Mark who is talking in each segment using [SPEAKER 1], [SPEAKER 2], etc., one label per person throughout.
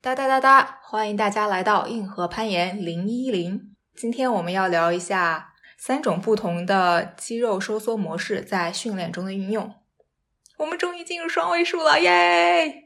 [SPEAKER 1] 哒哒哒哒！欢迎大家来到硬核攀岩零一零。今天我们要聊一下三种不同的肌肉收缩模式在训练中的运用。我们终于进入双位数了，耶！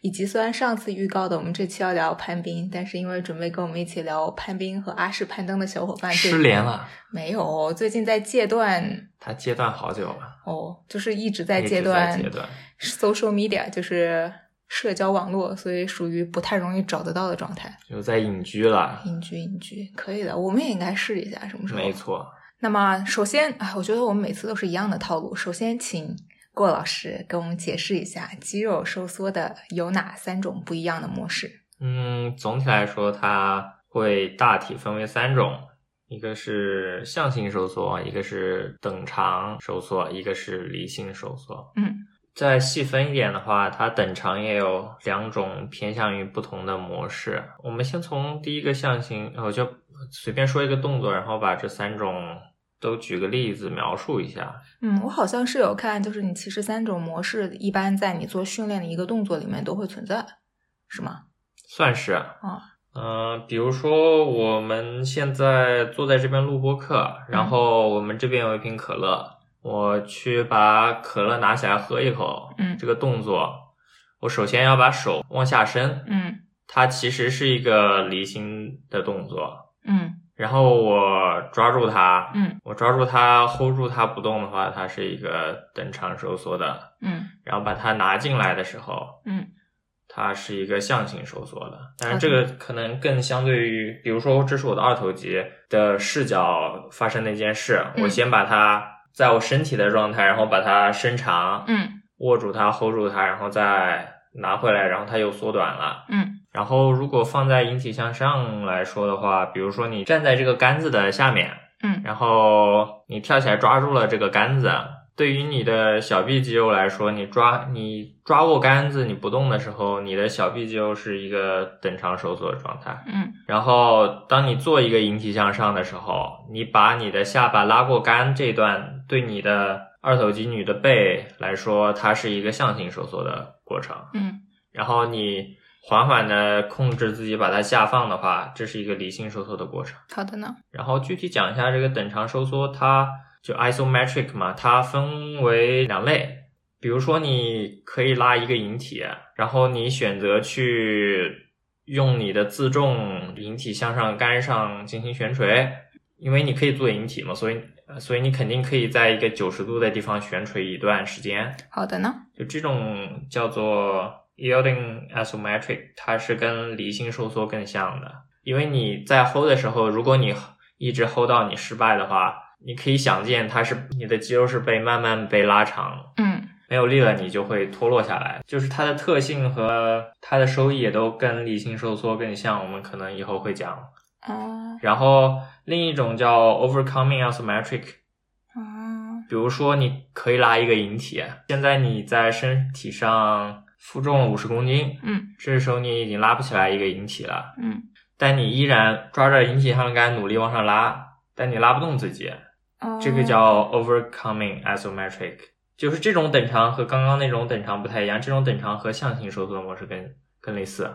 [SPEAKER 1] 以及虽然上次预告的我们这期要聊攀冰，但是因为准备跟我们一起聊攀冰和阿式攀登的小伙伴最
[SPEAKER 2] 失联了，
[SPEAKER 1] 没有，最近在戒断
[SPEAKER 2] 他戒断好久了，
[SPEAKER 1] 哦，就是一直在
[SPEAKER 2] 一直
[SPEAKER 1] 戒断
[SPEAKER 2] 在阶段，
[SPEAKER 1] social media，就是社交网络，所以属于不太容易找得到的状态。
[SPEAKER 2] 就在隐居了，
[SPEAKER 1] 隐居，隐居，可以的，我们也应该试一下，什么时候？
[SPEAKER 2] 没。错，
[SPEAKER 1] 那么，首先，哎，我觉得我们每次都是一样的套路。首先，请郭老师给我们解释一下肌肉收缩的有哪三种不一样的模式。
[SPEAKER 2] 嗯，总体来说，它会大体分为三种，一个是向性收缩，一个是等长收缩，一个是离心收缩。
[SPEAKER 1] 嗯，
[SPEAKER 2] 再细分一点的话，它等长也有两种偏向于不同的模式。我们先从第一个象形，呃我就随便说一个动作，然后把这三种都举个例子描述一下。
[SPEAKER 1] 嗯，我好像是有看，就是你其实三种模式一般在你做训练的一个动作里面都会存在，是吗？
[SPEAKER 2] 算是啊
[SPEAKER 1] 嗯
[SPEAKER 2] 呃比如说我们现在坐在这边录播课，
[SPEAKER 1] 嗯
[SPEAKER 2] 然后我们这边有一瓶可乐，我去把可乐拿起来喝一口，
[SPEAKER 1] 嗯
[SPEAKER 2] 这个动作，我首先要把手往下伸，
[SPEAKER 1] 嗯
[SPEAKER 2] 它其实是一个离心的动作，
[SPEAKER 1] 嗯
[SPEAKER 2] 然后我抓住它，
[SPEAKER 1] 嗯
[SPEAKER 2] 我抓住它，hold 住它不动的话，它是一个等长收缩的，
[SPEAKER 1] 嗯
[SPEAKER 2] 然后把它拿进来的时候，
[SPEAKER 1] 嗯
[SPEAKER 2] 它是一个向性收缩的，但
[SPEAKER 1] 好的
[SPEAKER 2] 是这个可能更相对于，比如说这是我的二头肌的视角发生的一件事，
[SPEAKER 1] 嗯
[SPEAKER 2] 我先把它在我身体的状态，然后把它伸长，
[SPEAKER 1] 嗯
[SPEAKER 2] 握住它，hold 住它，然后再拿回来，然后它又缩短了。
[SPEAKER 1] 嗯
[SPEAKER 2] 然后如果放在引体向上来说的话，比如说你站在这个杆子的下面，
[SPEAKER 1] 嗯
[SPEAKER 2] 然后你跳起来抓住了这个杆子。对于你的小臂肌肉来说，你抓你抓握杆子你不动的时候，你的小臂肌肉是一个等长收缩的状态。
[SPEAKER 1] 嗯
[SPEAKER 2] 然后当你做一个引体向上的时候，你把你的下巴拉过杆这一段，对你的二头肌、你的背来说，它是一个向性收缩的过程。
[SPEAKER 1] 嗯
[SPEAKER 2] 然后你缓缓的控制自己把它下放的话，这是一个离心收缩的过程。
[SPEAKER 1] 好的呢。
[SPEAKER 2] 然后具体讲一下这个等长收缩，它就 isometric 嘛，它分为两类。比如说，你可以拉一个引体，然后你选择去用你的自重引体向上杆上进行悬垂，因为你可以做引体嘛，所以所以你肯定可以在一个九十度的地方悬垂一段时间。
[SPEAKER 1] 好的呢。
[SPEAKER 2] 就这种叫做 yielding isometric，它是跟离心收缩更像的，因为你在 hold 的时候，如果你一直 hold 到你失败的话，你可以想见它是你的肌肉是被慢慢被拉长，
[SPEAKER 1] 嗯
[SPEAKER 2] 没有力了你就会脱落下来。就是它的特性和它的收益也都跟离心收缩更像，我们可能以后会讲。
[SPEAKER 1] 哦
[SPEAKER 2] 然后另一种叫 overcoming isometric，
[SPEAKER 1] 哦
[SPEAKER 2] 比如说，你可以拉一个引体，现在你在身体上负重了五十公斤，
[SPEAKER 1] 嗯
[SPEAKER 2] 这时候你已经拉不起来一个引体了，
[SPEAKER 1] 嗯
[SPEAKER 2] 但你依然抓着引体向杆努力往上拉，但你拉不动自己，
[SPEAKER 1] 哦，
[SPEAKER 2] 这个叫 overcoming isometric，就是这种等长和刚刚那种等长不太一样，这种等长和向性收缩模式更更类似。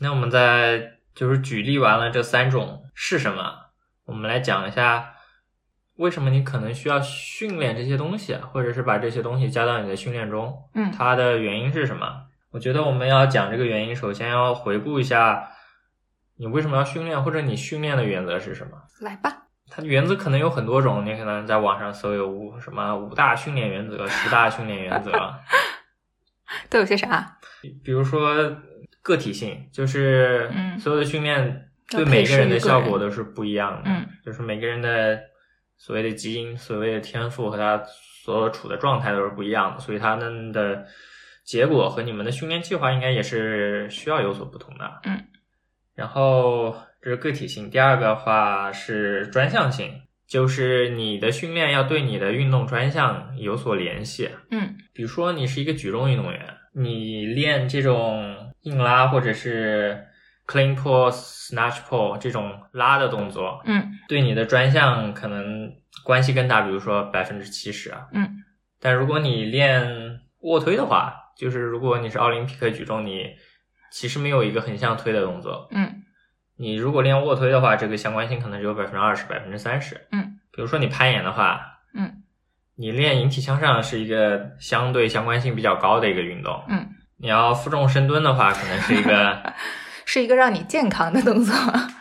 [SPEAKER 2] 那我们再就是举例完了这三种是什么，我们来讲一下为什么你可能需要训练这些东西，啊或者是把这些东西加到你的训练中。
[SPEAKER 1] 嗯
[SPEAKER 2] 它的原因是什么？我觉得我们要讲这个原因，首先要回顾一下你为什么要训练，或者你训练的原则是什么。
[SPEAKER 1] 来吧。
[SPEAKER 2] 它的原则可能有很多种，你可能在网上搜有五什么五大训练原则、十大训练原则，
[SPEAKER 1] 都有些啥？
[SPEAKER 2] 比如说个体性，就是
[SPEAKER 1] 嗯
[SPEAKER 2] 所有的训练
[SPEAKER 1] 要
[SPEAKER 2] 对每
[SPEAKER 1] 配
[SPEAKER 2] 个人
[SPEAKER 1] 适于
[SPEAKER 2] 的
[SPEAKER 1] 个
[SPEAKER 2] 效
[SPEAKER 1] 人
[SPEAKER 2] 果都是不一样的，
[SPEAKER 1] 嗯
[SPEAKER 2] 就是每个人的所谓的基因、所谓的天赋和他所处的状态都是不一样的，所以他们的结果和你们的训练计划应该也是需要有所不同的。
[SPEAKER 1] 嗯，
[SPEAKER 2] 然后这是个体性，第二个的话是专项性，就是你的训练要对你的运动专项有所联系。
[SPEAKER 1] 嗯
[SPEAKER 2] 比如说你是一个举重运动员，你练这种硬拉或者是 clean pull、snatch pull 这种拉的动作，
[SPEAKER 1] 嗯
[SPEAKER 2] 对你的专项可能关系更大，比如说百分之七十。啊
[SPEAKER 1] 嗯，
[SPEAKER 2] 但如果你练卧推的话，就是如果你是奥林匹克举重，你其实没有一个横向推的动作。
[SPEAKER 1] 嗯
[SPEAKER 2] 你如果练卧推的话，这个相关性可能只有百分之二十、百分之三十。
[SPEAKER 1] 嗯，
[SPEAKER 2] 比如说你攀岩的话，
[SPEAKER 1] 嗯，
[SPEAKER 2] 你练引体向上是一个相对相关性比较高的一个运动。
[SPEAKER 1] 嗯，
[SPEAKER 2] 你要负重深蹲的话，可能是 一个
[SPEAKER 1] 是一个让你健康的动作。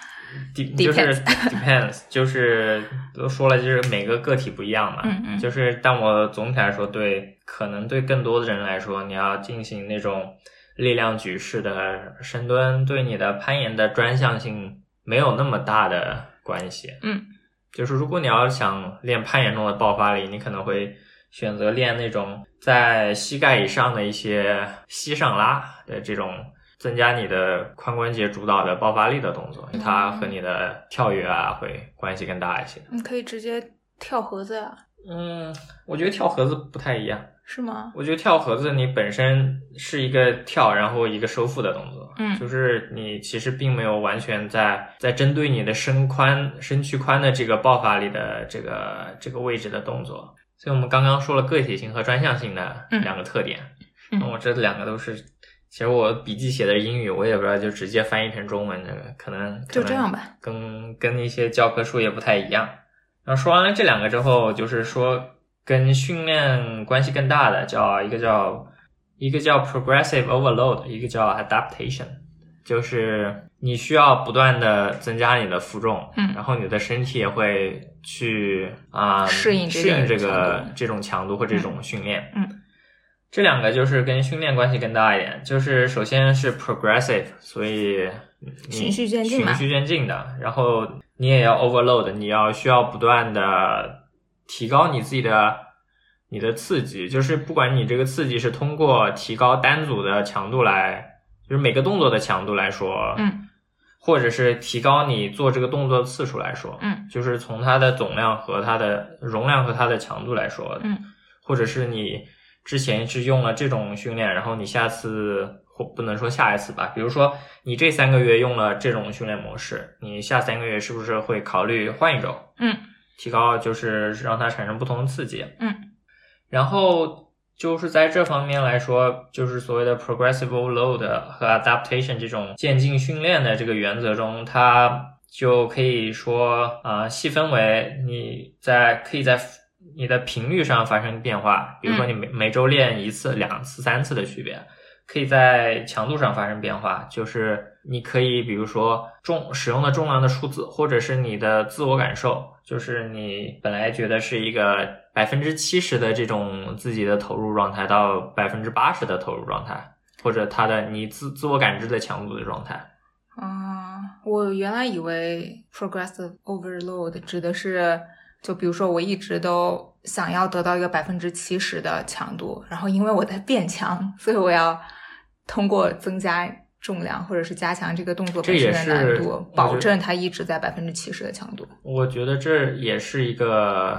[SPEAKER 2] d 就是 depends，就是都说了，就是每个个体不一样嘛。
[SPEAKER 1] 嗯嗯
[SPEAKER 2] 就是，但我总体来说对，可能对更多的人来说，你要进行那种力量局式的深蹲，对你的攀岩的专项性没有那么大的关系。
[SPEAKER 1] 嗯，
[SPEAKER 2] 就是如果你要想练攀岩中的爆发力，你可能会选择练那种在膝盖以上的一些膝上拉的这种。增加你的髋关节主导的爆发力的动作，它和你的跳跃啊会关系更大一些。
[SPEAKER 1] 你可以直接跳盒子呀、
[SPEAKER 2] 嗯，我觉得跳盒子不太一样。
[SPEAKER 1] 是吗？
[SPEAKER 2] 我觉得跳盒子你本身是一个跳，然后一个收复的动作，
[SPEAKER 1] 嗯
[SPEAKER 2] 就是你其实并没有完全在在针对你的身宽、身躯宽的这个爆发力的这个这个位置的动作。所以我们刚刚说了个体性和专项性的
[SPEAKER 1] 嗯
[SPEAKER 2] 两个特点，
[SPEAKER 1] 嗯
[SPEAKER 2] 那我这两个都是，其实我笔记写的是英语，我也不知道就直接翻译成中文，这个可能可
[SPEAKER 1] 就
[SPEAKER 2] 能
[SPEAKER 1] 这样吧。
[SPEAKER 2] 跟跟一些教科书也不太一样。然后说完了这两个之后，就是说跟训练关系更大的叫一个叫一个叫 progressive overload，一个叫 adaptation，就是你需要不断的增加你的负重，
[SPEAKER 1] 嗯
[SPEAKER 2] 然后你的身体也会去啊、
[SPEAKER 1] 适应这
[SPEAKER 2] 适
[SPEAKER 1] 个
[SPEAKER 2] 应
[SPEAKER 1] 强
[SPEAKER 2] 这个
[SPEAKER 1] 度
[SPEAKER 2] 这种强度或这种训练。
[SPEAKER 1] 嗯
[SPEAKER 2] 这两个就是跟训练关系更大一点，就是首先是 progressive，所以你
[SPEAKER 1] 循序渐进嘛
[SPEAKER 2] 循序渐进的。然后你也要 overload，你要需要不断的提高你自己的你的刺激，就是不管你这个刺激是通过提高单组的强度来，就是每个动作的强度来说，
[SPEAKER 1] 嗯
[SPEAKER 2] 或者是提高你做这个动作的次数来说，
[SPEAKER 1] 嗯
[SPEAKER 2] 就是从它的总量和它的容量和它的强度来说，
[SPEAKER 1] 嗯
[SPEAKER 2] 或者是你之前是用了这种训练，然后你下次或不能说下一次吧，比如说你这三个月用了这种训练模式，你下三个月是不是会考虑换一种，
[SPEAKER 1] 嗯
[SPEAKER 2] 提高就是让它产生不同的刺激？
[SPEAKER 1] 嗯
[SPEAKER 2] 然后就是在这方面来说，就是所谓的 progressive load 和 adaptation 这种渐进训练的这个原则中，它就可以说啊、呃细分为你在可以在你的频率上发生变化，比如说你每每周练一次、两次、三次的区别。可以在强度上发生变化，就是你可以比如说重使用的重量的数字，或者是你的自我感受，就是你本来觉得是一个百分之七十的这种自己的投入状态到百分之八十的投入状态，或者它的你自自我感知的强度的状态。
[SPEAKER 1] 啊，我原来以为 progressive overload 指的是，就比如说我一直都想要得到一个百分之七十的强度，然后因为我在变强，所以我要通过增加。重量或者是加强这个动作
[SPEAKER 2] 这
[SPEAKER 1] 本身
[SPEAKER 2] 也
[SPEAKER 1] 的难
[SPEAKER 2] 是我
[SPEAKER 1] 度
[SPEAKER 2] 觉，得
[SPEAKER 1] 保证它一直在百分之七十的强度。
[SPEAKER 2] 我觉得这也是一个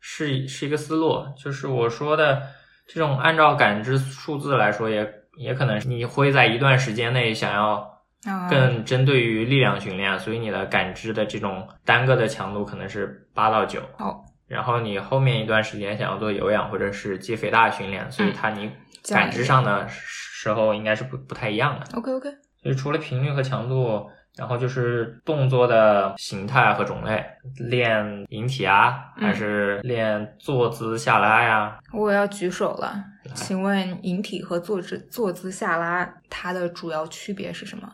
[SPEAKER 2] 是是一个思路，就是我说的这种按照感知数字来说也，也可能你会在一段时间内想要
[SPEAKER 1] 啊
[SPEAKER 2] 更针对于力量训练，所以你的感知的这种单个的强度可能是八到九。
[SPEAKER 1] 哦，
[SPEAKER 2] 然后你后面一段时间想要做有氧或者是肌肥大训练，所以它你
[SPEAKER 1] 加
[SPEAKER 2] 感知上的时候应该是不不太一样的。
[SPEAKER 1] OK OK，
[SPEAKER 2] 所以除了频率和强度，然后就是动作的形态和种类，练引体啊，
[SPEAKER 1] 嗯
[SPEAKER 2] 还是练坐姿下啊拉呀、
[SPEAKER 1] 我要举手了。请问引体和坐姿坐姿下拉，它的主要区别是什么？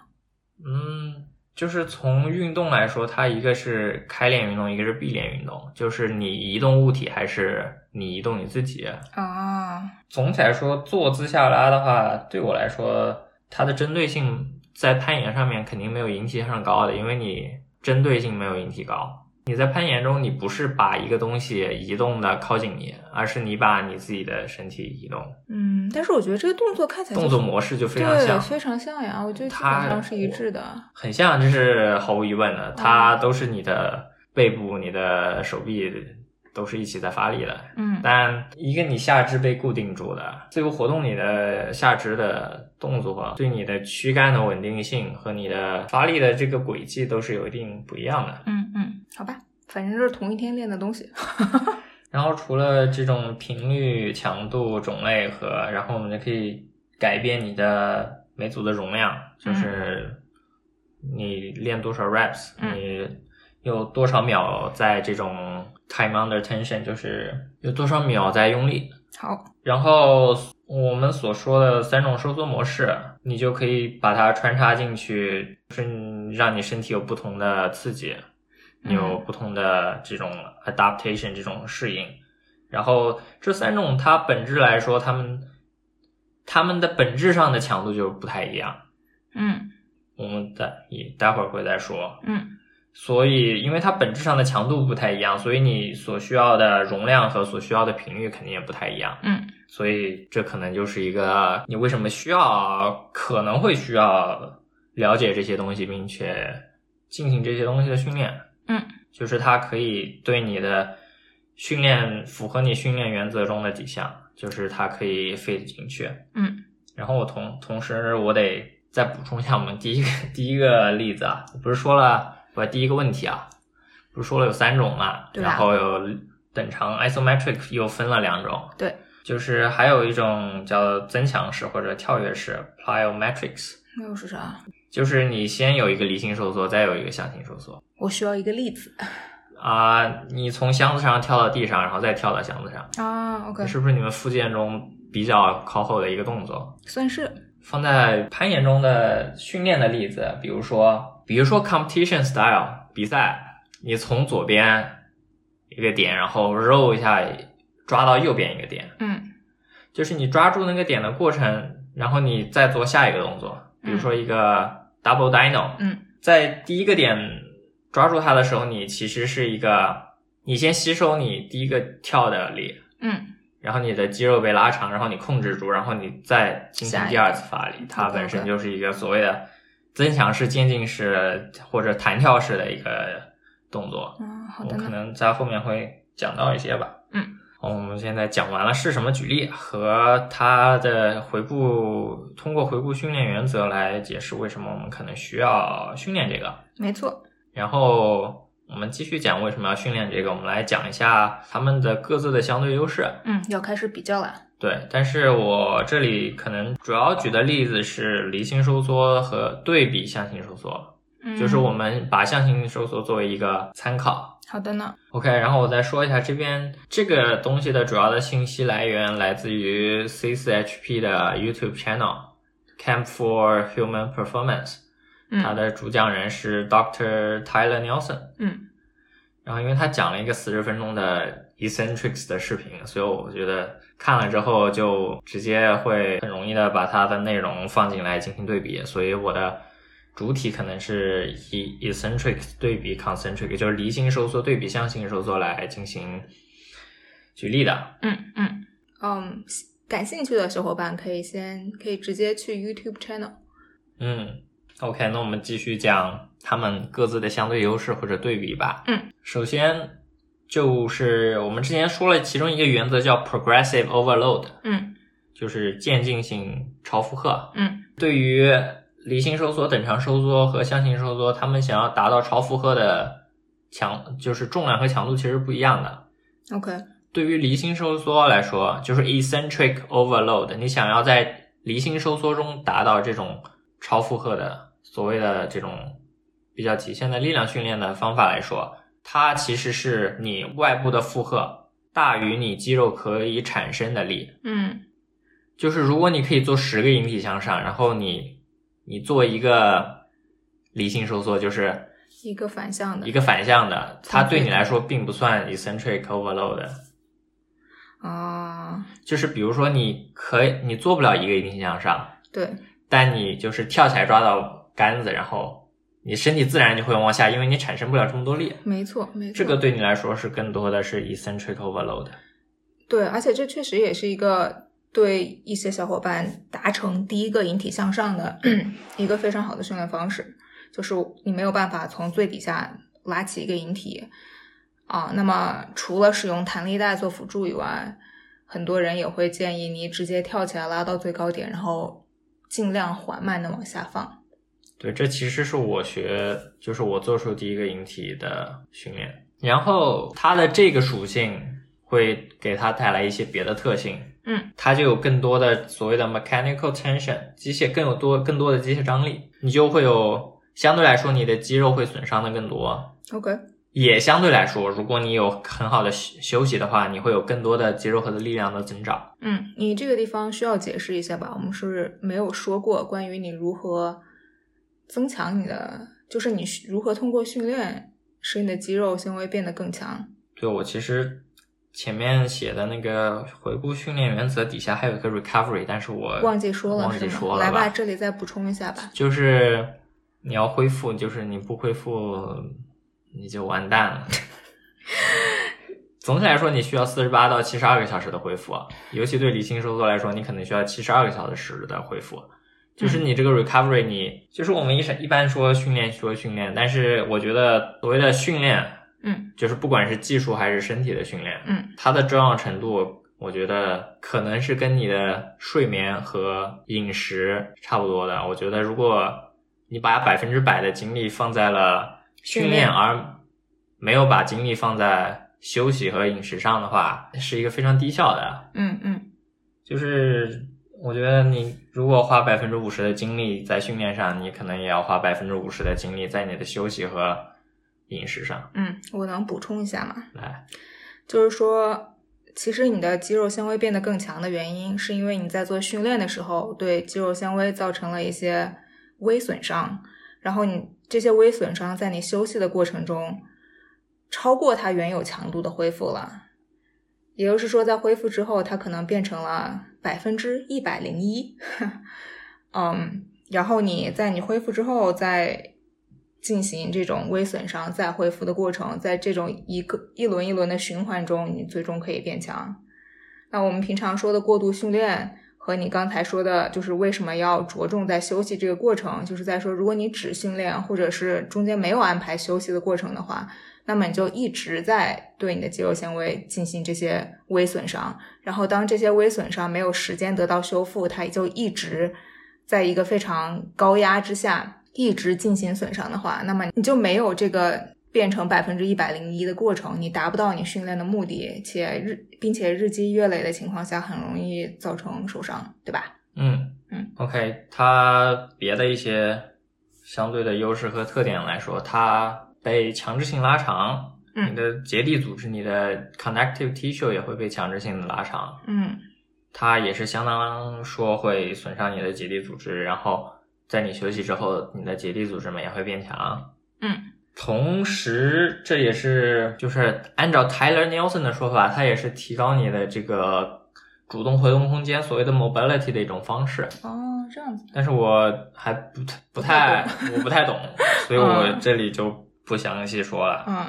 [SPEAKER 2] 嗯，就是从运动来说，它一个是开链运动，一个是闭链运动，就是你移动物体还是你移动你自己。
[SPEAKER 1] 啊，
[SPEAKER 2] 总体来说，坐姿下拉的话，对我来说，它的针对性在攀岩上面肯定没有引体向上高的，因为你针对性没有引体高。你在攀岩中，你不是把一个东西移动的靠近你，而是你把你自己的身体移动，
[SPEAKER 1] 嗯，但是我觉得这个动作看起来就
[SPEAKER 2] 动作模式就非常
[SPEAKER 1] 对
[SPEAKER 2] 像，
[SPEAKER 1] 非常像呀，我觉得基本
[SPEAKER 2] 它
[SPEAKER 1] 上是一致的。
[SPEAKER 2] 很像，这是毫无疑问
[SPEAKER 1] 嗯
[SPEAKER 2] 的，它都是你的背部、你的手臂都是一起在发力的。
[SPEAKER 1] 嗯
[SPEAKER 2] 但一个你下肢被固定住的，自由活动你的下肢的动作，对你的躯干的稳定性和你的发力的这个轨迹都是有一定不一样的。
[SPEAKER 1] 嗯嗯，好吧，反正就是同一天练的东西。
[SPEAKER 2] 然后除了这种频率、强度、种类和，然后我们就可以改变你的每组的容量，就是你练多少 reps，、
[SPEAKER 1] 嗯
[SPEAKER 2] 你有多少秒在这种 time under tension，就是有多少秒在用力。
[SPEAKER 1] 好，
[SPEAKER 2] 然后我们所说的三种收缩模式，你就可以把它穿插进去，就是让你身体有不同的刺激，你有不同的这种 adaptation 这种适应。然后这三种它本质来说，它们它们的本质上的强度就不太一样。
[SPEAKER 1] 嗯
[SPEAKER 2] 我们待也待会儿会再说。
[SPEAKER 1] 嗯
[SPEAKER 2] 所以，因为它本质上的强度不太一样，所以你所需要的容量和所需要的频率肯定也不太一样。
[SPEAKER 1] 嗯
[SPEAKER 2] 所以这可能就是一个你为什么需要，可能会需要了解这些东西，并且进行这些东西的训练。
[SPEAKER 1] 嗯，
[SPEAKER 2] 就是它可以对你的训练符合你训练原则中的几项，就是它可以 fit 进去。
[SPEAKER 1] 嗯，
[SPEAKER 2] 然后我同同时我得再补充一下我们第一个第一个例子啊，我不是说了我第一个问题啊，不是说了有三种嘛，
[SPEAKER 1] 对啊
[SPEAKER 2] 然后有等长 isometric 又分了两种，
[SPEAKER 1] 对，
[SPEAKER 2] 就是还有一种叫增强式或者跳跃式 plyometrics，
[SPEAKER 1] 那又是啥？
[SPEAKER 2] 就是你先有一个离心收缩，再有一个向心收缩
[SPEAKER 1] 我需要一个例子
[SPEAKER 2] 啊、你从箱子上跳到地上，然后再跳到箱子上，
[SPEAKER 1] 啊，OK，
[SPEAKER 2] 是不是你们复健中比较靠后的一个动作？
[SPEAKER 1] 算是
[SPEAKER 2] 放在攀岩中的训练的例子，比如说，比如说 competition style 比赛，你从左边一个点，然后 roll 一下，抓到右边一个点，
[SPEAKER 1] 嗯
[SPEAKER 2] 就是你抓住那个点的过程，然后你再做下一个动作，比如说一个 double dino，
[SPEAKER 1] 嗯，
[SPEAKER 2] 在第一个点抓住它的时候，你其实是一个，你先吸收你第一个跳的力，
[SPEAKER 1] 嗯
[SPEAKER 2] 然后你的肌肉被拉长，然后你控制住，然后你再进行
[SPEAKER 1] 下一个
[SPEAKER 2] 第二次发力，它
[SPEAKER 1] OK，OK
[SPEAKER 2] 本身就是一个所谓的增强式、渐进式或者弹跳式的一个动作。
[SPEAKER 1] 啊，好
[SPEAKER 2] 我
[SPEAKER 1] 的
[SPEAKER 2] 可
[SPEAKER 1] 呢，
[SPEAKER 2] 能在后面会讲到一些吧。
[SPEAKER 1] 嗯
[SPEAKER 2] 好，我们现在讲完了是什么举例和它的回顾，通过回顾训练原则来解释为什么我们可能需要训练这个。
[SPEAKER 1] 没错，
[SPEAKER 2] 然后我们继续讲为什么要训练这个，我们来讲一下他们的各自的相对优势。
[SPEAKER 1] 嗯，要开始比较了，
[SPEAKER 2] 对，但是我这里可能主要举的例子是离心收缩和对比向心收缩，
[SPEAKER 1] 嗯，
[SPEAKER 2] 就是我们把向心收缩作为一个参考。
[SPEAKER 1] 好的呢，
[SPEAKER 2] OK，然后我再说一下这边这个东西的主要的信息来源来自于 C4HP 的 YouTube channel Camp for Human Performance，它
[SPEAKER 1] 嗯
[SPEAKER 2] 的主讲人是 Dr. Tyler Nelson。
[SPEAKER 1] 嗯
[SPEAKER 2] 然后因为他讲了一个四十分钟的 eccentrics 的视频，所以我觉得看了之后就直接会很容易的把它的内容放进来进行对比，所以我的主体可能是以 eccentric 对比 concentric，就是离心收缩对比向心收缩来进行举例的。
[SPEAKER 1] 嗯嗯嗯，感兴趣的小伙伴可以先可以直接去 YouTube channel，
[SPEAKER 2] 嗯，OK，那我们继续讲他们各自的相对优势或者对比吧。
[SPEAKER 1] 嗯，
[SPEAKER 2] 首先就是我们之前说了其中一个原则叫 progressive overload。
[SPEAKER 1] 嗯
[SPEAKER 2] 就是渐进性超负荷。
[SPEAKER 1] 嗯
[SPEAKER 2] 对于离心收缩、等长收缩和向心收缩，他们想要达到超负荷的强，就是重量和强度其实不一样的。
[SPEAKER 1] ，OK，
[SPEAKER 2] 对于离心收缩来说，就是 eccentric overload，你想要在离心收缩中达到这种超负荷的所谓的这种比较极限的力量训练的方法来说，它其实是你外部的负荷大于你肌肉可以产生的力。
[SPEAKER 1] 嗯
[SPEAKER 2] 就是如果你可以做十个引体向上，然后你你做一个离心收缩，就是
[SPEAKER 1] 一个反向的
[SPEAKER 2] 一个反向的，它
[SPEAKER 1] 对
[SPEAKER 2] 对你来说并不算 eccentric overload。
[SPEAKER 1] 啊，
[SPEAKER 2] 就是比如说，你可以你做不了一个引体向上，
[SPEAKER 1] 对，
[SPEAKER 2] 但你就是跳起来抓到杆子，然后你身体自然就会往下，因为你产生不了这么多力。
[SPEAKER 1] 没错没错，
[SPEAKER 2] 这个对你来说是更多的是 eccentric overload。
[SPEAKER 1] 对，而且这确实也是一个对一些小伙伴达成第一个引体向上的 一个非常好的训练方式，就是你没有办法从最底下拉起一个引体啊。那么除了使用弹力带做辅助以外，很多人也会建议你直接跳起来拉到最高点，然后尽量缓慢的往下放。
[SPEAKER 2] 对，这其实是我学，就是我做出第一个引体的训练。然后它的这个属性会给它带来一些别的特性，
[SPEAKER 1] 嗯，
[SPEAKER 2] 它就有更多的所谓的 mechanical tension，机械更有多更多的机械张力，你就会有相对来说你的肌肉会损伤的更多，
[SPEAKER 1] ，OK，
[SPEAKER 2] 也相对来说，如果你有很好的休休息的话，你会有更多的肌肉和的力量的增长。
[SPEAKER 1] 嗯，你这个地方需要解释一下吧？我们是没有说过关于你如何增强你的，就是你需如何通过训练使你的肌肉行为变得更强。
[SPEAKER 2] 对我其实前面写的那个回顾训练原则底下还有一个 recovery，但是我
[SPEAKER 1] 忘记说了，
[SPEAKER 2] 呃忘记
[SPEAKER 1] 是吗
[SPEAKER 2] 说了
[SPEAKER 1] 来吧，
[SPEAKER 2] 吧，
[SPEAKER 1] 这里再补充一下 吧。
[SPEAKER 2] 就是你要恢复，就是你不恢复你就完蛋了。总体来说，你需要四十八到七十二个小时的恢复，啊尤其对理性收缩来说，你可能需要七十二个小时的恢复。就是你这个 recovery，你就是我们一一般说训练说训练，但是我觉得所谓的训练，
[SPEAKER 1] 嗯，
[SPEAKER 2] 就是不管是技术还是身体的训练，
[SPEAKER 1] 嗯，
[SPEAKER 2] 它的重要程度，我觉得可能是跟你的睡眠和饮食差不多的。我觉得如果你把百分之百的精力放在了训
[SPEAKER 1] 训练
[SPEAKER 2] 练，而没有把精力放在休息和饮食上的话，是一个非常低效的。啊
[SPEAKER 1] 嗯嗯
[SPEAKER 2] 就是我觉得你如果花百分之五十的精力在训练上，你可能也要花百分之五十的精力在你的休息和饮食上。
[SPEAKER 1] 嗯，我能补充一下吗？
[SPEAKER 2] 来，
[SPEAKER 1] 就是说，其实你的肌肉纤维变得更强的原因，是因为你在做训练的时候对肌肉纤维造成了一些微损伤，然后你这些微损伤在你休息的过程中超过它原有强度的恢复了，也就是说，在恢复之后，它可能变成了百分之一百零一， 嗯，然后你在你恢复之后再。进行这种微损伤再恢复的过程，在这种一个一轮一轮的循环中，你最终可以变强。那我们平常说的过度训练和你刚才说的，就是为什么要着重在休息这个过程，就是在说，如果你只训练或者是中间没有安排休息的过程的话，那么你就一直在对你的肌肉纤维进行这些微损伤，然后当这些微损伤没有时间得到修复，它也就一直在一个非常高压之下一直进行损伤的话，那么你就没有这个变成百分之一百零一的过程，你达不到你训练的目的，且日并且日积月累的情况下，很容易造成受伤，对吧？
[SPEAKER 2] 嗯
[SPEAKER 1] 嗯
[SPEAKER 2] ，OK，它别的一些相对的优势和特点来说，它被强制性拉长，
[SPEAKER 1] 嗯
[SPEAKER 2] 你的结缔组织、你的 connective tissue 也会被强制性的拉长，
[SPEAKER 1] 嗯
[SPEAKER 2] 它也是相当说会损伤你的结缔组织，然后在你休息之后，你的结缔组织们也会变强。
[SPEAKER 1] 嗯，
[SPEAKER 2] 同时这也是就是按照 Tyler Nelson 的说法，它也是提高你的这个主动回动空间所谓的 mobility 的一种方式。
[SPEAKER 1] 哦，这样子，
[SPEAKER 2] 但是我还不太不太我不 太懂，所以我
[SPEAKER 1] 嗯
[SPEAKER 2] 这里就不详细说了。
[SPEAKER 1] 嗯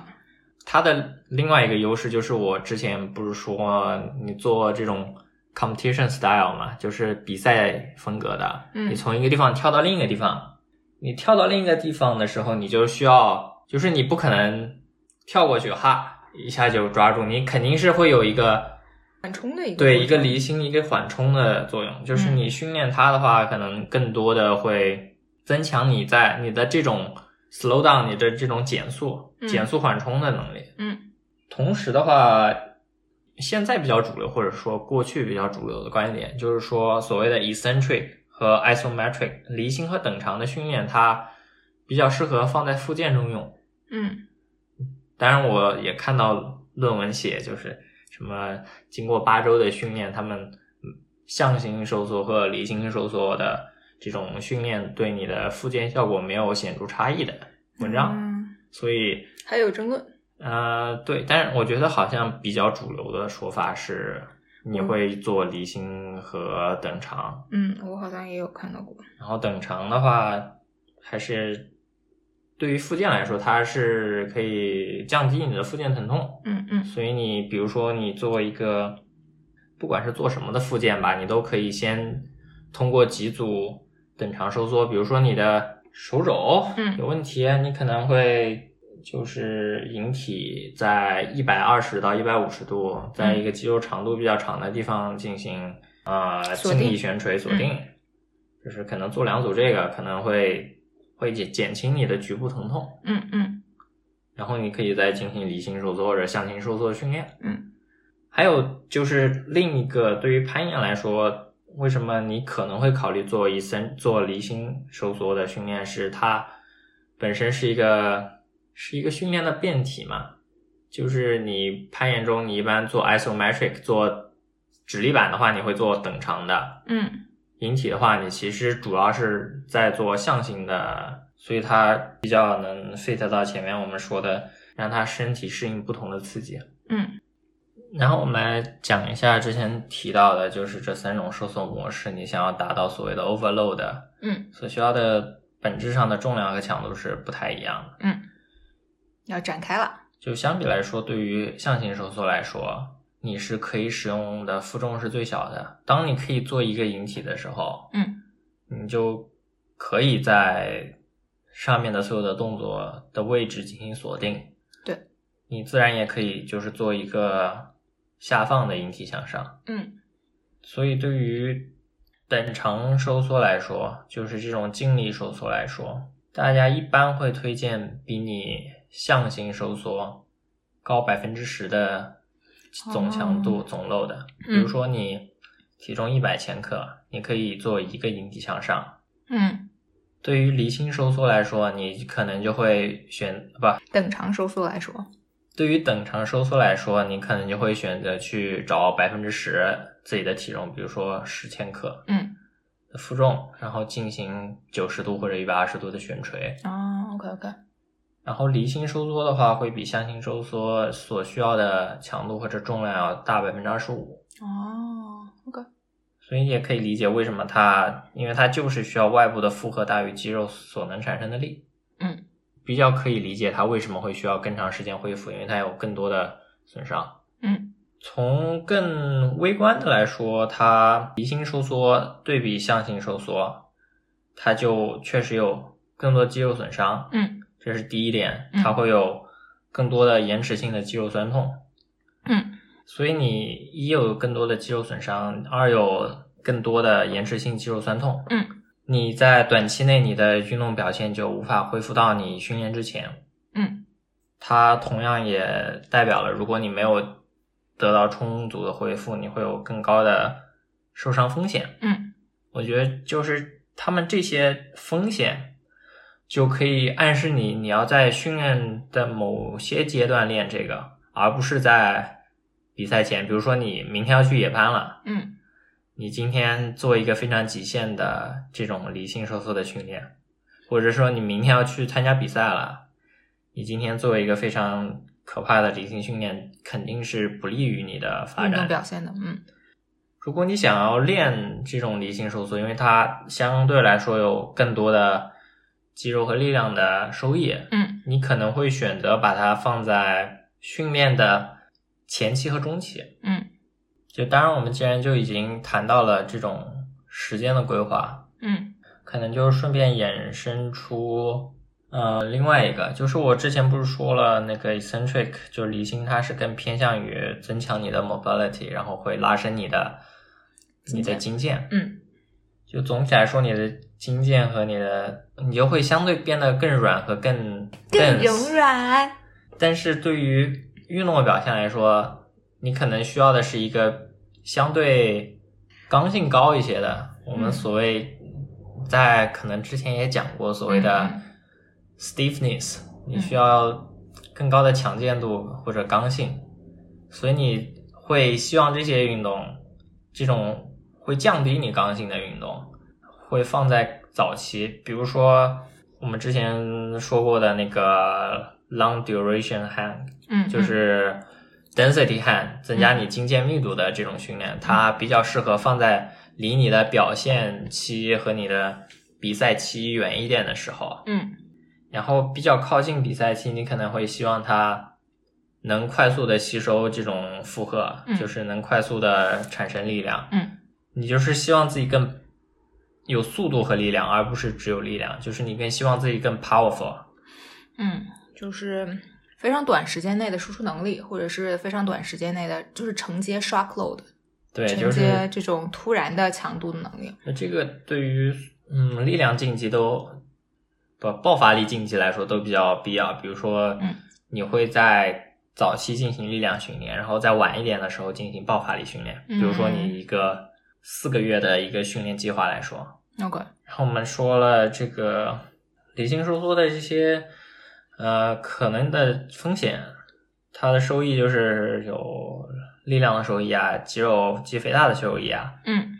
[SPEAKER 2] 它的另外一个优势就是，我之前不是说你做这种 competition style 嘛，就是比赛风格的，
[SPEAKER 1] 嗯
[SPEAKER 2] 你从一个地方跳到另一个地方，你跳到另一个地方的时候，你就需要，就是你不可能跳过去哈一下就抓住，你肯定是会有一个
[SPEAKER 1] 缓冲的一个
[SPEAKER 2] 对一
[SPEAKER 1] 过
[SPEAKER 2] 个
[SPEAKER 1] 程嗯
[SPEAKER 2] 离心一个缓冲的作用，就是你训练它的话，可能更多的会增强你在你的这种 slow down 你的这种减速、
[SPEAKER 1] 嗯
[SPEAKER 2] 减速缓冲的能力。
[SPEAKER 1] 嗯
[SPEAKER 2] 同时的话，现在比较主流，或者说过去比较主流的观点，就是说所谓的 eccentric 和 isometric 离心和等长的训练，它比较适合放在附件中用。
[SPEAKER 1] 嗯
[SPEAKER 2] 当然，我也看到论文写，就是什么经过八周的训练，他们嗯象形收缩和离心收缩的这种训练对你的附件效果没有显著差异的文章，
[SPEAKER 1] 嗯
[SPEAKER 2] 所以
[SPEAKER 1] 还有争论，
[SPEAKER 2] 呃，对，但是我觉得好像比较主流的说法是，你会做离心和等长，
[SPEAKER 1] 嗯，我好像也有看到过，
[SPEAKER 2] 然后等长的话，还是对于附件来说，它是可以降低你的附件疼痛，
[SPEAKER 1] 嗯嗯
[SPEAKER 2] 所以你比如说你做一个，不管是做什么的附件吧，你都可以先通过几组等长收缩，比如说你的手肘
[SPEAKER 1] 嗯
[SPEAKER 2] 有问题，你可能会就是引体在一百二十到一百五十度，在
[SPEAKER 1] 嗯
[SPEAKER 2] 一个肌肉长度比较长的地方进行啊、呃、
[SPEAKER 1] 锁
[SPEAKER 2] 静
[SPEAKER 1] 定嗯
[SPEAKER 2] 力悬垂锁定，就是可能做两组这个可能会会减减轻你的局部疼痛。
[SPEAKER 1] 嗯嗯
[SPEAKER 2] 然后你可以再进行离心收缩或者向心收缩的训练。
[SPEAKER 1] 嗯，
[SPEAKER 2] 还有就是另一个对于攀岩来说，为什么你可能会考虑做一森做离心收缩的训练是它本身是一个是一个训练的变体嘛？就是你攀岩中，你一般做 isometric 做直立板的话，你会做等长的；
[SPEAKER 1] 嗯
[SPEAKER 2] 引体的话，你其实主要是在做向性的，所以它比较能 fit 到前面我们说的，让它身体适应不同的刺激。
[SPEAKER 1] 嗯
[SPEAKER 2] 然后我们来讲一下之前提到的，就是这三种收缩模式，你想要达到所谓的 overload，
[SPEAKER 1] 嗯，
[SPEAKER 2] 所需要的本质上的重量和强度是不太一样的。
[SPEAKER 1] 要展开了。
[SPEAKER 2] 就相比来说，对于向性收缩来说，你是可以使用的负重是最小的。当你可以做一个引体的时候，
[SPEAKER 1] 嗯，
[SPEAKER 2] 你就可以在上面的所有的动作的位置进行锁定。
[SPEAKER 1] 对，
[SPEAKER 2] 你自然也可以就是做一个下放的引体向上。
[SPEAKER 1] 嗯
[SPEAKER 2] 所以对于等长收缩来说，就是这种静力收缩来说，大家一般会推荐比你向心收缩高百分之十的总强度、
[SPEAKER 1] 哦
[SPEAKER 2] 总 load 的。
[SPEAKER 1] 嗯
[SPEAKER 2] 比如说你体重一百千克，你可以做一个引体向上。
[SPEAKER 1] 嗯，
[SPEAKER 2] 对于离心收缩来说，你可能就会选不
[SPEAKER 1] 等长收缩来说，
[SPEAKER 2] 对于等长收缩来说，你可能就会选择去找百分之十自己的体重，比如说十千克，
[SPEAKER 1] 嗯，
[SPEAKER 2] 负重，然后进行九十度或者一百二十度的悬垂。
[SPEAKER 1] 哦，OK OK，
[SPEAKER 2] 然后离心收缩的话，会比向心收缩所需要的强度或者重量要大百分之二十五，
[SPEAKER 1] 哦，OK，
[SPEAKER 2] 所以也可以理解为什么它，因为它就是需要外部的负荷大于肌肉所能产生的力。
[SPEAKER 1] 嗯，
[SPEAKER 2] 比较可以理解它为什么会需要更长时间恢复，因为它有更多的损伤。
[SPEAKER 1] 嗯
[SPEAKER 2] 从更微观的来说，它离心收缩对比向性收缩，它就确实有更多肌肉损伤，
[SPEAKER 1] 嗯
[SPEAKER 2] 这是第一点，
[SPEAKER 1] 嗯
[SPEAKER 2] 它会有更多的延迟性的肌肉酸痛。
[SPEAKER 1] 嗯
[SPEAKER 2] 所以你一有更多的肌肉损伤，二有更多的延迟性肌肉酸痛。
[SPEAKER 1] 嗯，
[SPEAKER 2] 你在短期内你的运动表现就无法恢复到你训练之前。
[SPEAKER 1] 嗯
[SPEAKER 2] 它同样也代表了，如果你没有得到充足的恢复，你会有更高的受伤风险。
[SPEAKER 1] 嗯，
[SPEAKER 2] 我觉得就是他们这些风险，就可以暗示你，你要在训练的某些阶段练这个，而不是在比赛前。比如说，你明天要去野攀了，
[SPEAKER 1] 嗯
[SPEAKER 2] 你今天做一个非常极限的这种离心收缩的训练，或者说你明天要去参加比赛了，你今天做一个非常可怕的离心训练，肯定是不利于你的发
[SPEAKER 1] 运动
[SPEAKER 2] 展。
[SPEAKER 1] 表现的，嗯
[SPEAKER 2] 如果你想要练这种离心收缩，因为它相对来说有更多的肌肉和力量的收益，
[SPEAKER 1] 嗯
[SPEAKER 2] 你可能会选择把它放在训练的前期和中期。
[SPEAKER 1] 嗯
[SPEAKER 2] 就当然，我们既然就已经谈到了这种时间的规划，
[SPEAKER 1] 嗯
[SPEAKER 2] 可能就顺便衍生出呃另外一个，就是我之前不是说了那个 eccentric 就离心，它是更偏向于增强你的 mobility，然后会拉伸你的
[SPEAKER 1] 筋腱
[SPEAKER 2] 你的筋腱。
[SPEAKER 1] 嗯
[SPEAKER 2] 就总体来说，你的筋腱和你的你就会相对变得更软和更
[SPEAKER 1] 更
[SPEAKER 2] dense
[SPEAKER 1] 柔软，
[SPEAKER 2] 但是对于运动的表现来说，你可能需要的是一个相对刚性高一些的。我们所谓在可能之前也讲过所谓的
[SPEAKER 1] 嗯
[SPEAKER 2] stiffness，你需要更高的强健度或者刚性，所以你会希望这些运动，这种会降低你刚性的运动，会放在早期，比如说我们之前说过的那个 long duration hand，
[SPEAKER 1] 嗯，
[SPEAKER 2] 就
[SPEAKER 1] 嗯
[SPEAKER 2] 是 density hand，增加你筋腱密度的这种训
[SPEAKER 1] 嗯
[SPEAKER 2] 练，它比较适合放在离你的表现期和你的比赛期远一点的时候，
[SPEAKER 1] 嗯
[SPEAKER 2] 然后比较靠近比赛期，你可能会希望它。能快速的吸收这种负荷，
[SPEAKER 1] 嗯
[SPEAKER 2] 就是能快速的产生力量。
[SPEAKER 1] 嗯
[SPEAKER 2] 你就是希望自己更有速度和力量，而不是只有力量，就是你更希望自己更 powerful。
[SPEAKER 1] 嗯，就是非常短时间内的输出能力，或者是非常短时间内的，就是承接 shock load，
[SPEAKER 2] 对，
[SPEAKER 1] 承
[SPEAKER 2] 就是
[SPEAKER 1] 接这种突然的强度的能力。
[SPEAKER 2] 那这个对于嗯力量竞技都不爆发力竞技来说都比较必要。比如说
[SPEAKER 1] 嗯，
[SPEAKER 2] 你会在早期进行力量训练，然后在晚一点的时候进行爆发力训练。
[SPEAKER 1] 嗯
[SPEAKER 2] 比如说你一个四个月的一个训练计划来说，
[SPEAKER 1] OK，
[SPEAKER 2] 然后我们说了这个离心收缩的这些呃可能的风险，它的收益就是有力量的收益啊，肌肉肌肥大的收益啊，
[SPEAKER 1] 嗯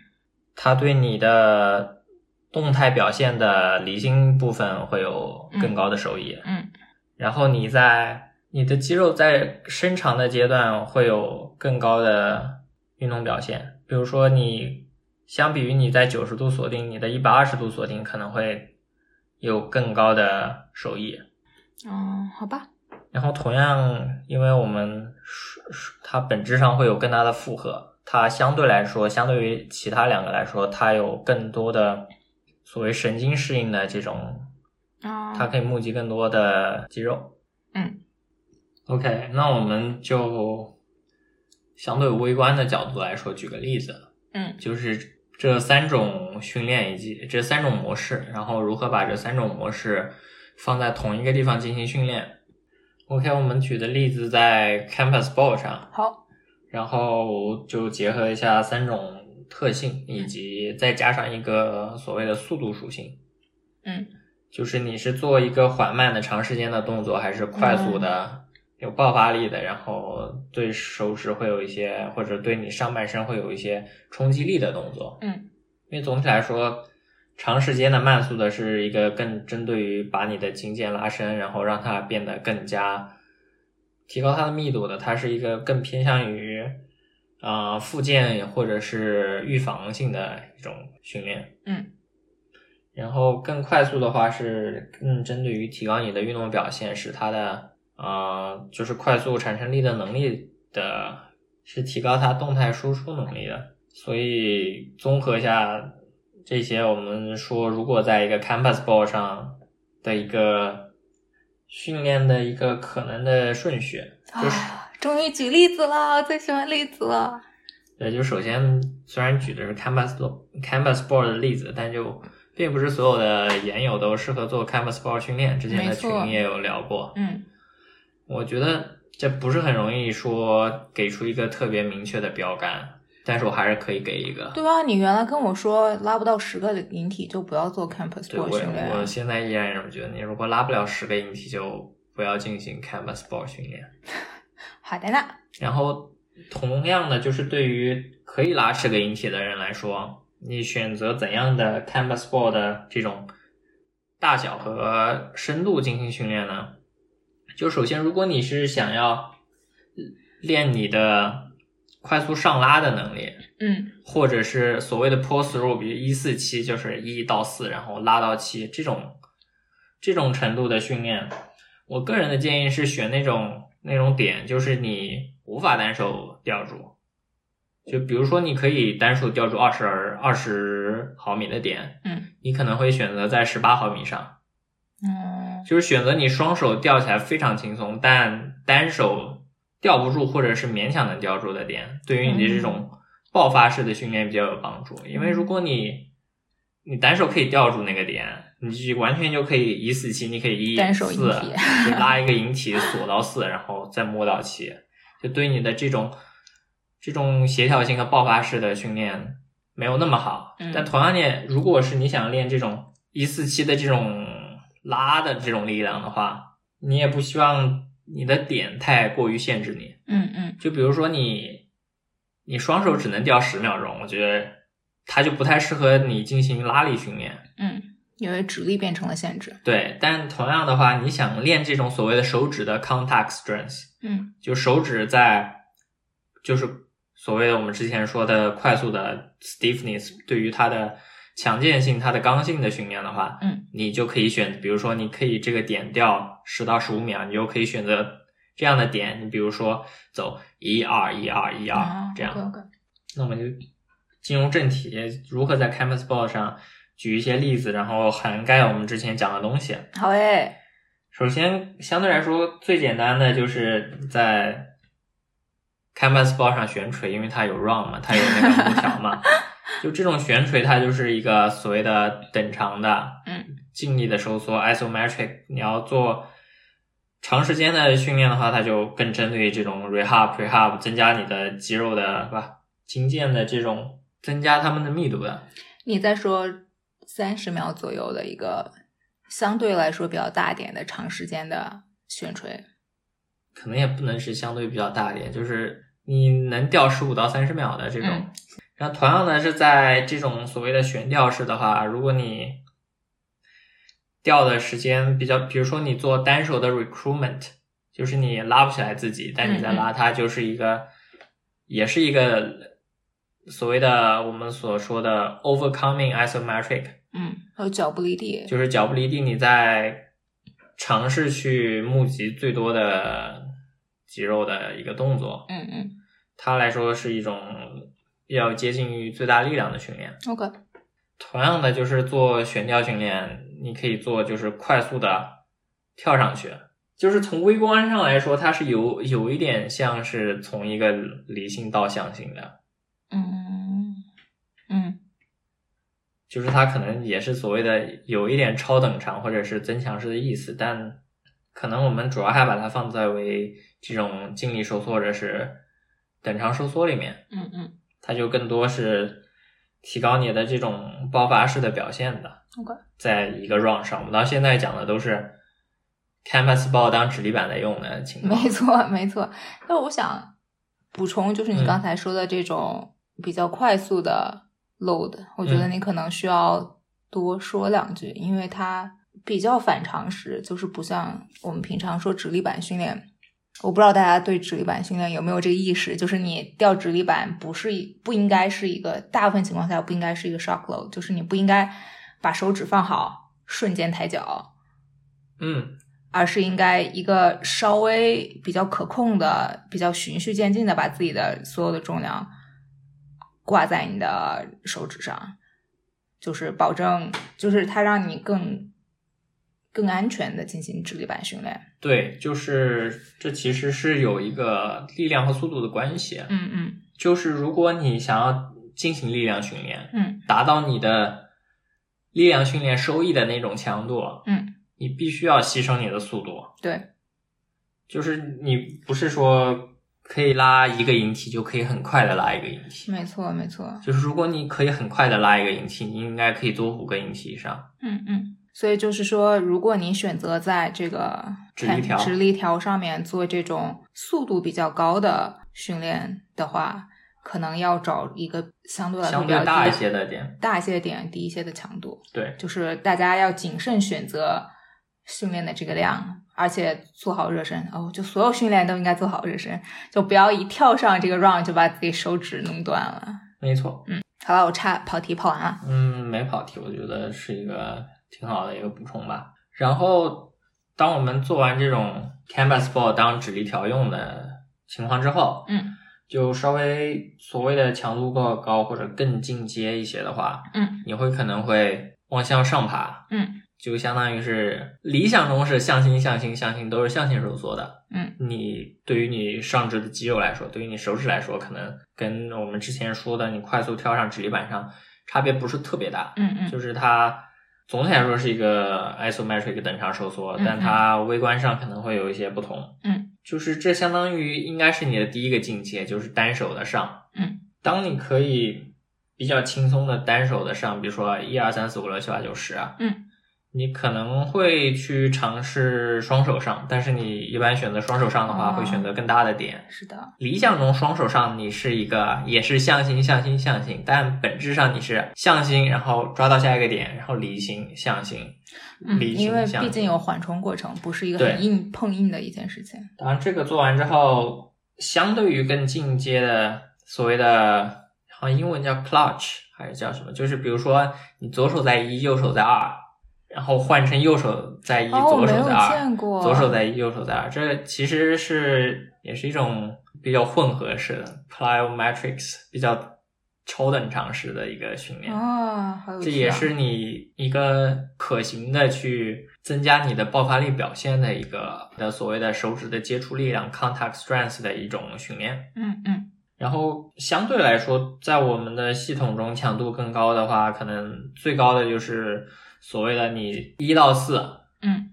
[SPEAKER 2] 它对你的动态表现的离心部分会有更高的收益。
[SPEAKER 1] 嗯
[SPEAKER 2] 然后你在你的肌肉在伸长的阶段会有更高的运动表现，比如说你相比于你在九十度锁定，你的一百二十度锁定可能会有更高的收益。
[SPEAKER 1] 哦，好吧，
[SPEAKER 2] 然后同样，因为我们是是它本质上会有更大的负荷，它相对来说，相对于其他两个来说，它有更多的所谓神经适应的这种
[SPEAKER 1] 哦，
[SPEAKER 2] 它可以募集更多的肌肉。
[SPEAKER 1] 嗯
[SPEAKER 2] ，OK，那我们就相对微观的角度来说，举个例子，
[SPEAKER 1] 嗯
[SPEAKER 2] 就是这三种训练以及这三种模式，然后如何把这三种模式放在同一个地方进行训练。OK，我们举的例子在 Campus Ball 上，
[SPEAKER 1] 好，
[SPEAKER 2] 然后就结合一下三种特性，以及再加上一个所谓的速度属性。
[SPEAKER 1] 嗯，
[SPEAKER 2] 就是你是做一个缓慢的长时间的动作，还是快速的、有爆发力的，然后对手指会有一些，或者对你上半身会有一些冲击力的动作。
[SPEAKER 1] 嗯
[SPEAKER 2] 因为总体来说，长时间的慢速的是一个更针对于把你的筋腱拉伸，然后让它变得更加提高它的密度的，它是一个更偏向于啊、呃复健或者是预防性的一种训练。
[SPEAKER 1] 嗯
[SPEAKER 2] 然后更快速的话是更针对于提高你的运动表现，使它的呃就是快速产生力的能力的，是提高它动态输出能力的。所以综合下这些，我们说如果在一个 Campus Ball 上的一个训练的一个可能的顺序，就是
[SPEAKER 1] 啊，终于举例子了，我最喜欢例子了。
[SPEAKER 2] 对，就首先虽然举的是 Canvas Canvas Board 的例子，但就并不是所有的研友都适合做 Canvas Board 训练。之前
[SPEAKER 1] 没
[SPEAKER 2] 的
[SPEAKER 1] 错
[SPEAKER 2] 群也有聊过，
[SPEAKER 1] 嗯
[SPEAKER 2] 我觉得这不是很容易说给出一个特别明确的标杆，但是我还是可以给一个。
[SPEAKER 1] 对啊，你原来跟我说拉不到十个引体就不要做 campus
[SPEAKER 2] 对我
[SPEAKER 1] board 训练
[SPEAKER 2] 我
[SPEAKER 1] 啊，
[SPEAKER 2] 现在依然这么觉得，你如果拉不了十个引体，就不要进行 Canvas Board 训练。
[SPEAKER 1] 好的呢。
[SPEAKER 2] 然后同样的，就是对于可以拉十个引体的人来说，你选择怎样的 canvas ball 的这种大小和深度进行训练呢？就首先，如果你是想要练你的快速上拉的能力，
[SPEAKER 1] 嗯
[SPEAKER 2] 或者是所谓的 pull through，比如一四七就是一到四，然后拉到七这种这种程度的训练，我个人的建议是选那种那种点，就是你无法单手吊住，就比如说你可以单手吊住二十二十毫米的点，
[SPEAKER 1] 嗯
[SPEAKER 2] 你可能会选择在十八毫米上，
[SPEAKER 1] 嗯
[SPEAKER 2] 就是选择你双手吊起来非常轻松，但单手吊不住或者是勉强能吊住的点，对于你的这种爆发式的训练比较有帮助。因为如果你你单手可以吊住那个点，你就完全就可以一四七，你可以一
[SPEAKER 1] 单手
[SPEAKER 2] 四
[SPEAKER 1] 引体
[SPEAKER 2] 就拉一个引体锁到四，然后再摸到七，就对你的这种这种协调性和爆发式的训练没有那么好。
[SPEAKER 1] 嗯
[SPEAKER 2] 但同样练，如果是你想练这种一四七的这种拉的这种力量的话，你也不希望你的点太过于限制你。
[SPEAKER 1] 嗯嗯
[SPEAKER 2] 就比如说你，你双手只能吊十秒钟，我觉得它就不太适合你进行拉力训练。
[SPEAKER 1] 嗯，因为指力变成了限制。
[SPEAKER 2] 对，但同样的话，你想练这种所谓的手指的 contact strength，
[SPEAKER 1] 嗯
[SPEAKER 2] 就手指在，就是所谓的我们之前说的快速的 stiffness，对于它的强健性、它的刚性的训练的话，
[SPEAKER 1] 嗯
[SPEAKER 2] 你就可以选，比如说你可以这个点掉十到十五秒，你就可以选择这样的点，你比如说走一二一二一
[SPEAKER 1] 哦啊
[SPEAKER 2] 二啊这样。
[SPEAKER 1] OK OK。
[SPEAKER 2] 那我们就进入正题，如何在 Canvas Board 上举一些例子，然后涵盖我们之前讲的东西。啊
[SPEAKER 1] 好诶，
[SPEAKER 2] 首先，相对来说最简单的就是在 Canvas Ball 上悬垂，因为它有 run 嘛，它有那个木条嘛。就这种悬垂，它就是一个所谓的等长的，
[SPEAKER 1] 嗯，
[SPEAKER 2] 静力的收缩 isometric。你要做长时间的训练的话，它就更针对这种 rehab prehab，增加你的肌肉的，是吧？筋腱的这种增加它们的密度的。
[SPEAKER 1] 你再说三十秒左右的一个相对来说比较大一点的长时间的悬垂，
[SPEAKER 2] 可能也不能是相对比较大一点，就是你能吊十五到三十秒的这种。
[SPEAKER 1] 嗯
[SPEAKER 2] 然后同样的是在这种所谓的悬吊式的话，如果你吊的时间比较，比如说你做单手的 recruitment，就是你拉不起来自己，但你在拉它，就是一个，也是一个所谓的我们所说的 overcoming isometric，
[SPEAKER 1] 嗯，还有脚不离地，
[SPEAKER 2] 就是脚不离地，你在尝试去募集最多的肌肉的一个动作，
[SPEAKER 1] 嗯嗯
[SPEAKER 2] 它来说是一种比较接近于最大力量的训练。
[SPEAKER 1] ，OK，
[SPEAKER 2] 同样的，就是做悬吊训练，你可以做就是快速的跳上去，就是从微观上来说，它是有有一点像是从一个离性到向性的，
[SPEAKER 1] 嗯嗯
[SPEAKER 2] 就是它可能也是所谓的有一点超等长或者是增强式的意思，但可能我们主要还把它放在为这种静力收缩或者是等长收缩里面，
[SPEAKER 1] 嗯嗯
[SPEAKER 2] 它就更多是提高你的这种爆发式的表现的。
[SPEAKER 1] ，OK，
[SPEAKER 2] 在一个 round 上，我们到现在讲的都是 canvas ball 当指力板来用的情况。
[SPEAKER 1] 没错没错。那我想补充，就是你
[SPEAKER 2] 嗯
[SPEAKER 1] 刚才说的这种比较快速的 load，、我觉得
[SPEAKER 2] 嗯
[SPEAKER 1] 你可能需要多说两句，因为它比较反常识，就是不像我们平常说直立板训练。我不知道大家对直立板训练有没有这个意识，就是你吊直立板不是一不应该是一个大部分情况下不应该是一个 shock load，就是你不应该把手指放好瞬间抬脚，
[SPEAKER 2] 嗯，
[SPEAKER 1] 而是应该一个稍微比较可控的、比较循序渐进的把自己的所有的重量挂在你的手指上，就是保证，就是它让你更更安全的进行直立板训练。
[SPEAKER 2] 对，就是这其实是有一个力量和速度的关系。啊
[SPEAKER 1] 嗯嗯
[SPEAKER 2] 就是如果你想要进行力量训练，
[SPEAKER 1] 嗯，
[SPEAKER 2] 达到你的力量训练收益的那种强度，
[SPEAKER 1] 嗯，
[SPEAKER 2] 你必须要牺牲你的速度。
[SPEAKER 1] 对，
[SPEAKER 2] 就是你不是说可以拉一个引体就可以很快的拉一个引体，
[SPEAKER 1] 没错没错。
[SPEAKER 2] 就是如果你可以很快的拉一个引体，你应该可以做五个引体以上。
[SPEAKER 1] 嗯嗯。所以就是说，如果你选择在这个
[SPEAKER 2] 直立条
[SPEAKER 1] 直立条上面做这种速度比较高的训练的话，可能要找一个相对来说
[SPEAKER 2] 相
[SPEAKER 1] 比较
[SPEAKER 2] 对大一
[SPEAKER 1] 低
[SPEAKER 2] 些的点，
[SPEAKER 1] 大一些的点、低一些的强度，
[SPEAKER 2] 对，
[SPEAKER 1] 就是大家要谨慎选择训练的这个量，而且做好热身。哦，就所有训练都应该做好热身，就不要一跳上这个 round 就把自己手指弄断了。
[SPEAKER 2] 没错，
[SPEAKER 1] 好了，我差跑题跑完了。
[SPEAKER 2] 嗯，没跑题，我觉得是一个挺好的一个补充吧。然后，当我们做完这种 canvas ball 当指力条用的情况之后，
[SPEAKER 1] 嗯
[SPEAKER 2] 就稍微所谓的强度过高或者更进阶一些的话，
[SPEAKER 1] 嗯，
[SPEAKER 2] 你会可能会往向上爬，
[SPEAKER 1] 嗯，
[SPEAKER 2] 就相当于是理想中是向心、向心、向心都是向心收缩的，
[SPEAKER 1] 嗯，
[SPEAKER 2] 你对于你上肢的肌肉来说，对于你手指来说，可能跟我们之前说的你快速跳上直立板上差别不是特别大，
[SPEAKER 1] 嗯嗯，
[SPEAKER 2] 就是它总体来说是一个 isometric 等长收缩
[SPEAKER 1] 嗯，
[SPEAKER 2] 但它微观上可能会有一些不同。
[SPEAKER 1] 嗯，
[SPEAKER 2] 就是这相当于应该是你的第一个境界，就是单手的上。
[SPEAKER 1] 嗯，
[SPEAKER 2] 当你可以比较轻松的单手的上，比如说一二三四五六七八九十啊，
[SPEAKER 1] 嗯，
[SPEAKER 2] 你可能会去尝试双手上，但是你一般选择双手上的话，
[SPEAKER 1] 哦
[SPEAKER 2] 会选择更大的点。
[SPEAKER 1] 是的，
[SPEAKER 2] 理想中双手上你是一个也是向心向心向心，但本质上你是向心，然后抓到下一个点，然后离心向心，
[SPEAKER 1] 嗯，
[SPEAKER 2] 离
[SPEAKER 1] 因为
[SPEAKER 2] 心向
[SPEAKER 1] 毕
[SPEAKER 2] 心。
[SPEAKER 1] 竟有缓冲过程，不是一个
[SPEAKER 2] 对
[SPEAKER 1] 很硬碰硬的一件事情。
[SPEAKER 2] 当然这个做完之后，相对于更进阶的所谓的，好像英文叫 clutch 还是叫什么，就是比如说你左手在一，右手在二，然后换成右手在一，
[SPEAKER 1] 哦，我
[SPEAKER 2] 左
[SPEAKER 1] 没
[SPEAKER 2] 手
[SPEAKER 1] 有
[SPEAKER 2] 在二，
[SPEAKER 1] 见过，
[SPEAKER 2] 左手在一，右手在二，这其实是也是一种比较混合式的 plyometrics，比较超等长式的一个训练。
[SPEAKER 1] 啊，好有趣啊
[SPEAKER 2] 这也是你一个可行的去增加你的爆发力表现的一个的所谓的手指的接触力量 （contact strength） 的一种训练。
[SPEAKER 1] 嗯嗯
[SPEAKER 2] 然后相对来说，在我们的系统中强度更高的话，可能最高的就是所谓的你一到四，
[SPEAKER 1] 嗯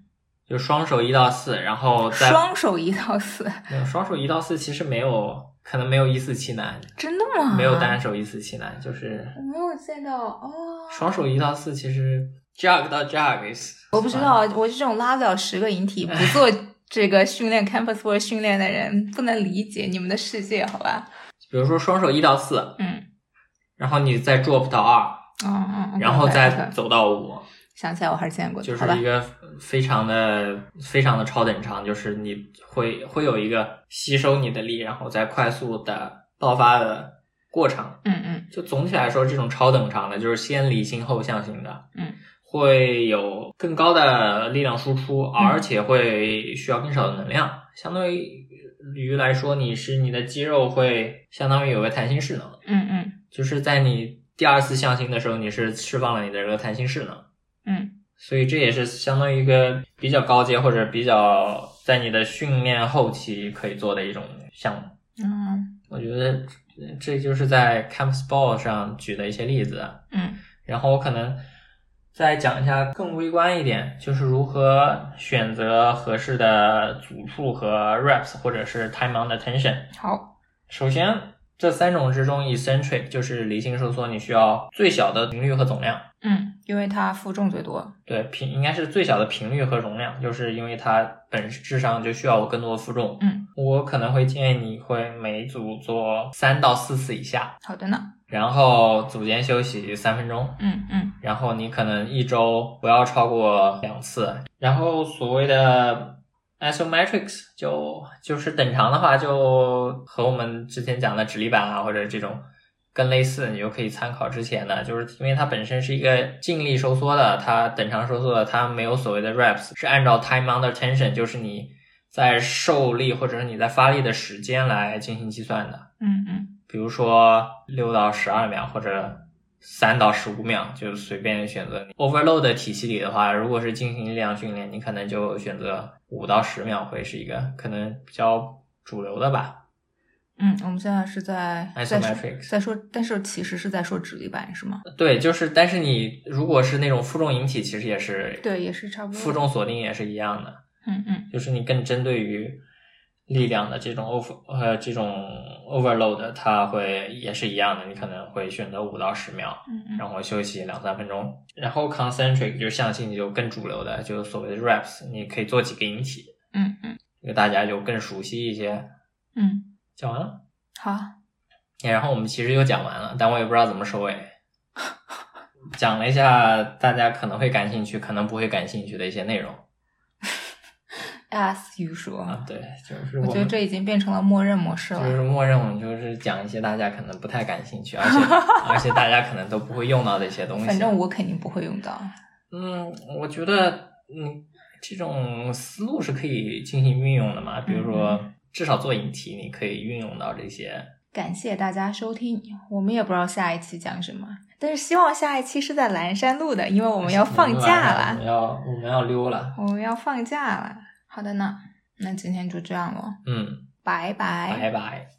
[SPEAKER 2] 就双手一到四，然后再
[SPEAKER 1] 双手一到四，
[SPEAKER 2] 没有双手一到四其实没有，可能没有一四七难，
[SPEAKER 1] 真的吗？
[SPEAKER 2] 没有单手一四七难，就是
[SPEAKER 1] 我没有见到哦。
[SPEAKER 2] 双手一到四其实 jug 到 jug 是。
[SPEAKER 1] 我不知道，我这种拉不了十个引体，不做这个训练 campus 或者训练的人，不能理解你们的世界，好吧？
[SPEAKER 2] 比如说双手一到四，
[SPEAKER 1] 嗯，
[SPEAKER 2] 然后你再 drop 到二，
[SPEAKER 1] 哦哦，哦
[SPEAKER 2] 然后
[SPEAKER 1] 明白
[SPEAKER 2] 再
[SPEAKER 1] 了
[SPEAKER 2] 走到五，
[SPEAKER 1] 想起来我还是见过的，
[SPEAKER 2] 就
[SPEAKER 1] 好吧
[SPEAKER 2] 是一？个非常的非常的超等长，就是你会会有一个吸收你的力，然后再快速的爆发的过程。
[SPEAKER 1] 嗯嗯
[SPEAKER 2] 就总体来说，这种超等长的，就是先离心后向型的，
[SPEAKER 1] 嗯，
[SPEAKER 2] 会有更高的力量输出，
[SPEAKER 1] 嗯
[SPEAKER 2] 而且会需要更少的能量。相对于来说，你是你的肌肉会相当于有个弹性势能，
[SPEAKER 1] 嗯嗯
[SPEAKER 2] 就是在你第二次向心的时候，你是释放了你的这个弹性势能。
[SPEAKER 1] 嗯
[SPEAKER 2] 所以这也是相当于一个比较高阶或者比较在你的训练后期可以做的一种项目。
[SPEAKER 1] 嗯
[SPEAKER 2] 我觉得这就是在 Camp Sport 上举的一些例子。啊
[SPEAKER 1] 嗯
[SPEAKER 2] 然后我可能再讲一下更微观一点，就是如何选择合适的组数和 reps 或者是 time on attention。
[SPEAKER 1] 好，
[SPEAKER 2] 首先，这三种之中，eccentric 就是离心收缩，你需要最小的频率和总量。
[SPEAKER 1] 嗯，因为它负重最多，
[SPEAKER 2] 对频应该是最小的频率和容量，就是因为它本质上就需要有更多的负重。
[SPEAKER 1] 嗯，
[SPEAKER 2] 我可能会建议你会每组做三到四次以下，
[SPEAKER 1] 好的呢，
[SPEAKER 2] 然后组间休息三分钟，
[SPEAKER 1] 嗯嗯
[SPEAKER 2] 然后你可能一周不要超过两次。然后所谓的 isometrics 就就是等长的话，就和我们之前讲的直立板啊或者这种更类似，你就可以参考之前的，就是因为它本身是一个尽力收缩的，它等长收缩的，它没有所谓的 reps，是按照 time under tension，就是你在受力或者是你在发力的时间来进行计算的。
[SPEAKER 1] 嗯嗯
[SPEAKER 2] 比如说六到十二秒或者三到十五秒，就是随便选择。overload 的体系里的话，如果是进行力量训练，你可能就选择五到十秒会是一个可能比较主流的吧。
[SPEAKER 1] 嗯，我们现在是在在说
[SPEAKER 2] Isometrics
[SPEAKER 1] 在说，但是其实是在说直立板是吗？
[SPEAKER 2] 对，就是但是你如果是那种负重引体，其实也是
[SPEAKER 1] 对，也是差不多。
[SPEAKER 2] 负重锁定也是一样的，
[SPEAKER 1] 嗯嗯
[SPEAKER 2] 就是你更针对于。力量的这种 over 呃这种 overload，它会也是一样的，你可能会选择五到十秒，
[SPEAKER 1] 嗯嗯
[SPEAKER 2] 然后休息两三分钟，然后 concentric 就是向心，就更主流的，就是所谓的 reps，你可以做几个引体，
[SPEAKER 1] 嗯嗯
[SPEAKER 2] 这个大家就更熟悉一些。
[SPEAKER 1] 嗯，
[SPEAKER 2] 讲完了，哎
[SPEAKER 1] 好，
[SPEAKER 2] 然后我们其实又讲完了，但我也不知道怎么收尾。讲了一下大家可能会感兴趣，可能不会感兴趣的一些内容
[SPEAKER 1] as usual
[SPEAKER 2] 啊。。对，就是
[SPEAKER 1] 我
[SPEAKER 2] 我
[SPEAKER 1] 觉得
[SPEAKER 2] 们
[SPEAKER 1] 这已经变成了默认模式
[SPEAKER 2] 就是
[SPEAKER 1] 了。
[SPEAKER 2] 默认我们就是讲一些大家可能不太感兴趣，而 且而且大家可能都不会用到的一些东西。
[SPEAKER 1] 反正我肯定不会用到。
[SPEAKER 2] 嗯，我觉得，嗯，这种思路是可以进行运用的嘛。
[SPEAKER 1] 嗯
[SPEAKER 2] 比如说，至少做引题，你可以运用到这些。
[SPEAKER 1] 感谢大家收听，我们也不知道下一期讲什么，但是希望下一期是在蓝山录的，因为我们要放 假
[SPEAKER 2] 我
[SPEAKER 1] 了，
[SPEAKER 2] 们要我们要溜了。
[SPEAKER 1] 我们要放假了。好的呢，那今天就这样了，
[SPEAKER 2] 嗯，
[SPEAKER 1] 拜拜
[SPEAKER 2] 拜拜。